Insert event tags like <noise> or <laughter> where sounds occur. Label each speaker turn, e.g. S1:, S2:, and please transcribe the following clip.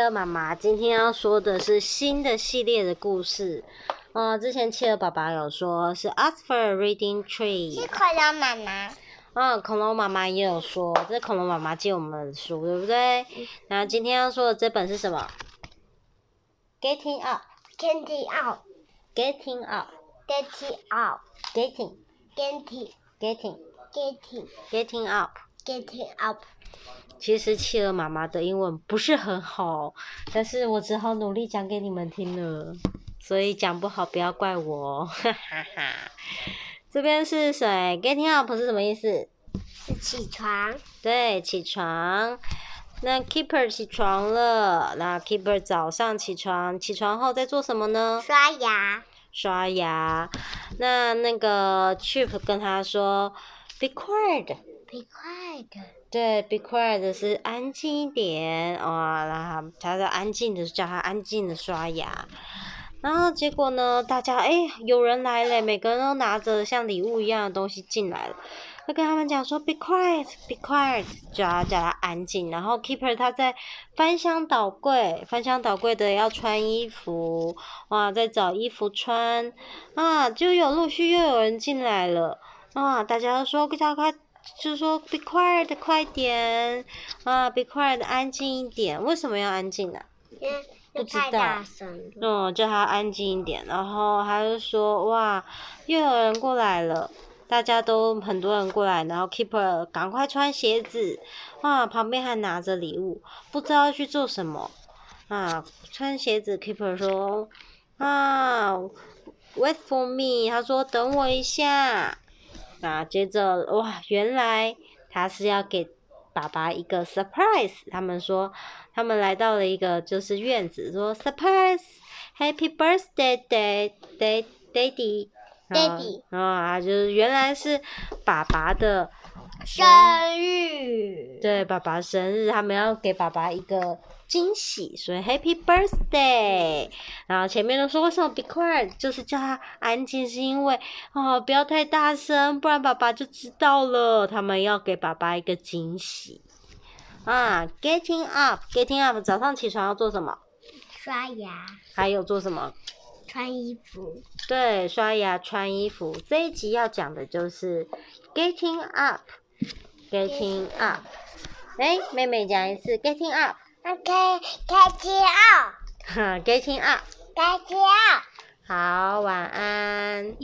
S1: 尔妈妈，今天要说的是新的系列的故事。呃，之前企鹅爸爸有说是 Oxford Reading
S2: 是
S1: Tree，
S2: 恐龙妈妈，
S1: 嗯，恐龙妈妈也有说，这恐龙妈妈借我们的书，对不对？那今天要说的这本是什么？Getting Up，Getting
S2: Candy out,
S1: Up，Getting，Getting，Getting
S2: dirty out, getting, getting,
S1: Getting Up。
S2: getting up。
S1: 其实企鹅妈妈的英文不是很好，但是我只好努力讲给你们听了，所以讲不好不要怪我，哦哈哈哈。这边是谁？Getting up 是什么意思？
S2: 是起床，
S1: 对，起床。那 Keeper 起床了，那 Keeper 早上起床，起床后在做什么呢？
S2: 刷牙，
S1: 刷牙。那那个 Chip 跟他说，Be quiet。
S2: 别快的，
S1: 对，be quiet 的是安静一点哇，然后他就安静的叫他安静的刷牙，然后结果呢，大家哎有人来了，每个人都拿着像礼物一样的东西进来了，他跟他们讲说 be quiet，be quiet，叫他叫他安静，然后 keeper 他在翻箱倒柜，翻箱倒柜的要穿衣服，哇，在找衣服穿啊，就有陆续又有人进来了。啊，大家都说大快，就是说 be quiet 快点啊，be quiet 安静一点。为什么要安静呢、
S2: 嗯，
S1: 不
S2: 又
S1: 知
S2: 太
S1: 道
S2: 大声了，
S1: 嗯，叫他安静一点。然后他就说哇，又有人过来了。大家都很多人过来，然后 keeper 赶快穿鞋子，啊，旁边还拿着礼物，不知道要去做什么，啊，穿鞋子 keeper 说，啊，wait for me，他说等我一下，那接着哇，原来他是要给爸爸一个 surprise。他们说，他们来到了一个就是院子，说 surprise，happy birthday day day daddy。
S2: Daddy
S1: 啊啊，就是原来是爸爸的
S2: 生日，
S1: 对爸爸生日，他们要给爸爸一个惊喜，所以 Happy Birthday。然后前面都说为什么 Be quiet，就是叫他安静，是因为哦不要太大声，不然爸爸就知道了。他们要给爸爸一个惊喜啊！Getting up，Getting up，早上起床要做什么？
S2: 刷牙，
S1: 还有做什么？
S2: 穿衣服，
S1: 对，刷牙、穿衣服。这一集要讲的就是 getting up，getting up。哎，妹妹讲一次 getting up，
S2: OK，开机哦，
S1: <laughs> 哈，getting up。
S2: 开机哦。
S1: 好，晚安。